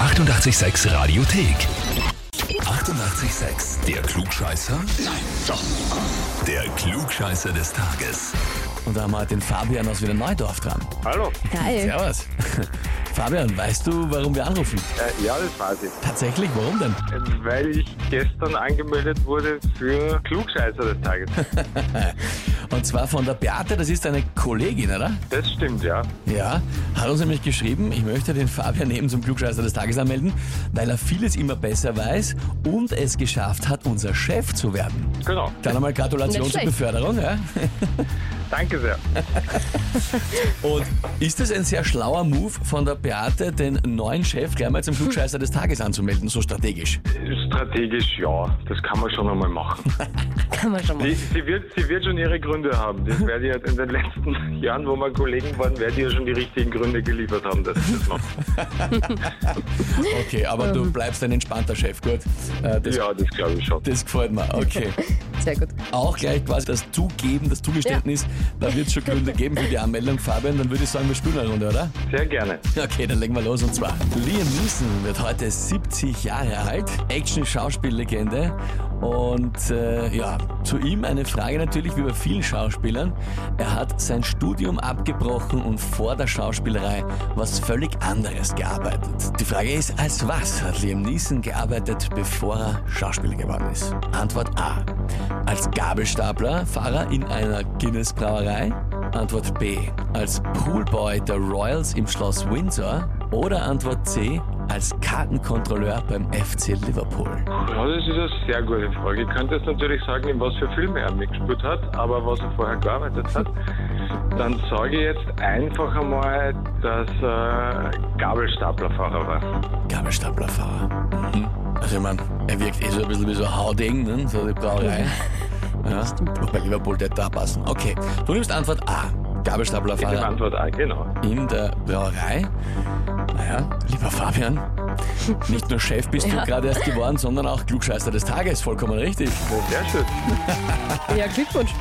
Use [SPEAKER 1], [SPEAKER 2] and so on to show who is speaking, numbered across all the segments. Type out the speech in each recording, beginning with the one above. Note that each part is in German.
[SPEAKER 1] 886 Radiothek. 88,6. Der Klugscheißer? Nein, doch. Der Klugscheißer des Tages.
[SPEAKER 2] Und da haben wir heute den Fabian aus Wiener Neudorf dran.
[SPEAKER 3] Hallo.
[SPEAKER 4] Geil.
[SPEAKER 2] Servus. Fabian, weißt du, warum wir anrufen?
[SPEAKER 3] Äh, ja, das weiß ich.
[SPEAKER 2] Tatsächlich, warum denn?
[SPEAKER 3] Ähm, Weil ich gestern angemeldet wurde für Klugscheißer des Tages.
[SPEAKER 2] Und zwar von der Beate, das ist eine Kollegin, oder?
[SPEAKER 3] Das stimmt, ja.
[SPEAKER 2] Ja, hat uns nämlich geschrieben, ich möchte den Fabian eben zum Klugscheißer des Tages anmelden, weil er vieles immer besser weiß und es geschafft hat, unser Chef zu werden.
[SPEAKER 3] Genau.
[SPEAKER 2] Dann einmal Gratulation
[SPEAKER 4] Nicht
[SPEAKER 2] zur
[SPEAKER 4] schlecht.
[SPEAKER 2] Beförderung. Ja?
[SPEAKER 3] Danke sehr.
[SPEAKER 2] Äh, Und ist es ein sehr schlauer Move von der Beate, den neuen Chef gleich mal zum Klugscheißer des Tages anzumelden, so strategisch?
[SPEAKER 3] Strategisch ja, das kann man schon einmal machen.
[SPEAKER 4] Kann man schon mal.
[SPEAKER 3] Sie, sie, wird, sie wird schon ihre Gründe haben. Das werde ich halt in den letzten Jahren, wo wir Kollegen waren, werde ich ja schon die richtigen Gründe geliefert haben, dass ich das mache.
[SPEAKER 2] Okay, aber du bleibst ein entspannter Chef, gut. Äh, das,
[SPEAKER 3] Ja, das glaube ich schon.
[SPEAKER 2] das gefällt mir, okay.
[SPEAKER 4] Sehr gut.
[SPEAKER 2] Auch gleich quasi das Zugeben, das Zugeständnis, da wird es schon Gründe geben für die Anmeldung, Fabian. Dann würde ich sagen, wir spielen eine Runde, oder?
[SPEAKER 3] Sehr gerne.
[SPEAKER 2] Okay, dann legen wir los und zwar. Liam Neeson wird heute 70 Jahre alt, Action-Schauspiellegende. Und äh, ja, zu ihm eine Frage natürlich wie bei vielen Schauspielern. Er hat sein Studium abgebrochen und vor der Schauspielerei was völlig anderes gearbeitet. Die Frage ist, als was hat Liam Neeson gearbeitet, bevor er Schauspieler geworden ist? Antwort A. Als Gabelstapler-Fahrer in einer Guinness-Brauerei. Antwort B. Als Poolboy der Royals im Schloss Windsor. Oder Antwort C. Als Kartenkontrolleur beim FC Liverpool.
[SPEAKER 3] Ja, das ist eine sehr gute Frage. Ich könnte jetzt natürlich sagen, in was für Filme er mitgespielt hat, aber was er vorher gearbeitet hat. Dann sage ich jetzt einfach einmal, dass er Gabelstaplerfahrer war.
[SPEAKER 2] Gabelstaplerfahrer. Mhm. Also ich meine, er wirkt eh so ein bisschen wie so ein Hauding, ne? so die Brauerei. Ja, bei Liverpool der da passen. Okay, du nimmst Antwort A.
[SPEAKER 3] Ich nehme
[SPEAKER 2] Gabelstaplerfahrer
[SPEAKER 3] Antwort A, genau.
[SPEAKER 2] in der Brauerei. Naja, lieber Fabian, nicht nur Chef bist du gerade erst geworden, sondern auch Klugscheißer des Tages. Vollkommen richtig.
[SPEAKER 3] Sehr schön.
[SPEAKER 4] Ja, Glückwunsch.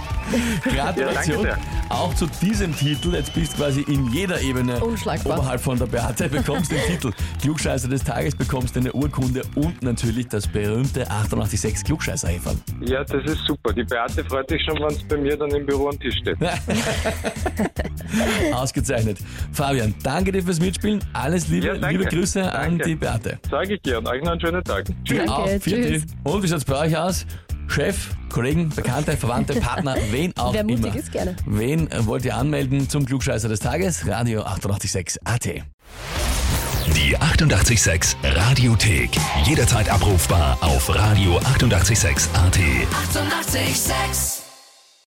[SPEAKER 2] Gratulation
[SPEAKER 3] Ja, danke
[SPEAKER 2] auch zu diesem Titel. Jetzt bist quasi in jeder Ebene
[SPEAKER 4] Unschlagbar.
[SPEAKER 2] oberhalb von der Beate, bekommst den Titel Klugscheißer des Tages, bekommst eine Urkunde und natürlich das berühmte 886 klugscheißer -Häferl.
[SPEAKER 3] Ja, das ist super. Die Beate freut sich schon, wenn es bei mir dann im Büro am Tisch steht.
[SPEAKER 2] Ausgezeichnet. Fabian, danke dir fürs Mitspielen. Alles Liebe,
[SPEAKER 3] Ja, danke.
[SPEAKER 2] liebe Grüße an
[SPEAKER 3] Danke.
[SPEAKER 2] die Beate.
[SPEAKER 3] Sage ich dir und euch noch einen schönen Tag.
[SPEAKER 4] Danke,
[SPEAKER 2] Auf, Vierte.
[SPEAKER 4] tschüss.
[SPEAKER 2] Und wie schaut's bei euch aus? Chef, Kollegen, Bekannte, Verwandte, Partner, wen auch
[SPEAKER 4] Wer mutig
[SPEAKER 2] immer.
[SPEAKER 4] ist, gerne.
[SPEAKER 2] Wen wollt ihr anmelden zum Klugscheißer des Tages? Radio 886 AT.
[SPEAKER 1] Die 88,6 Radiothek. Jederzeit abrufbar auf radio886.at. 88,6.
[SPEAKER 5] Eighty-eight, sex.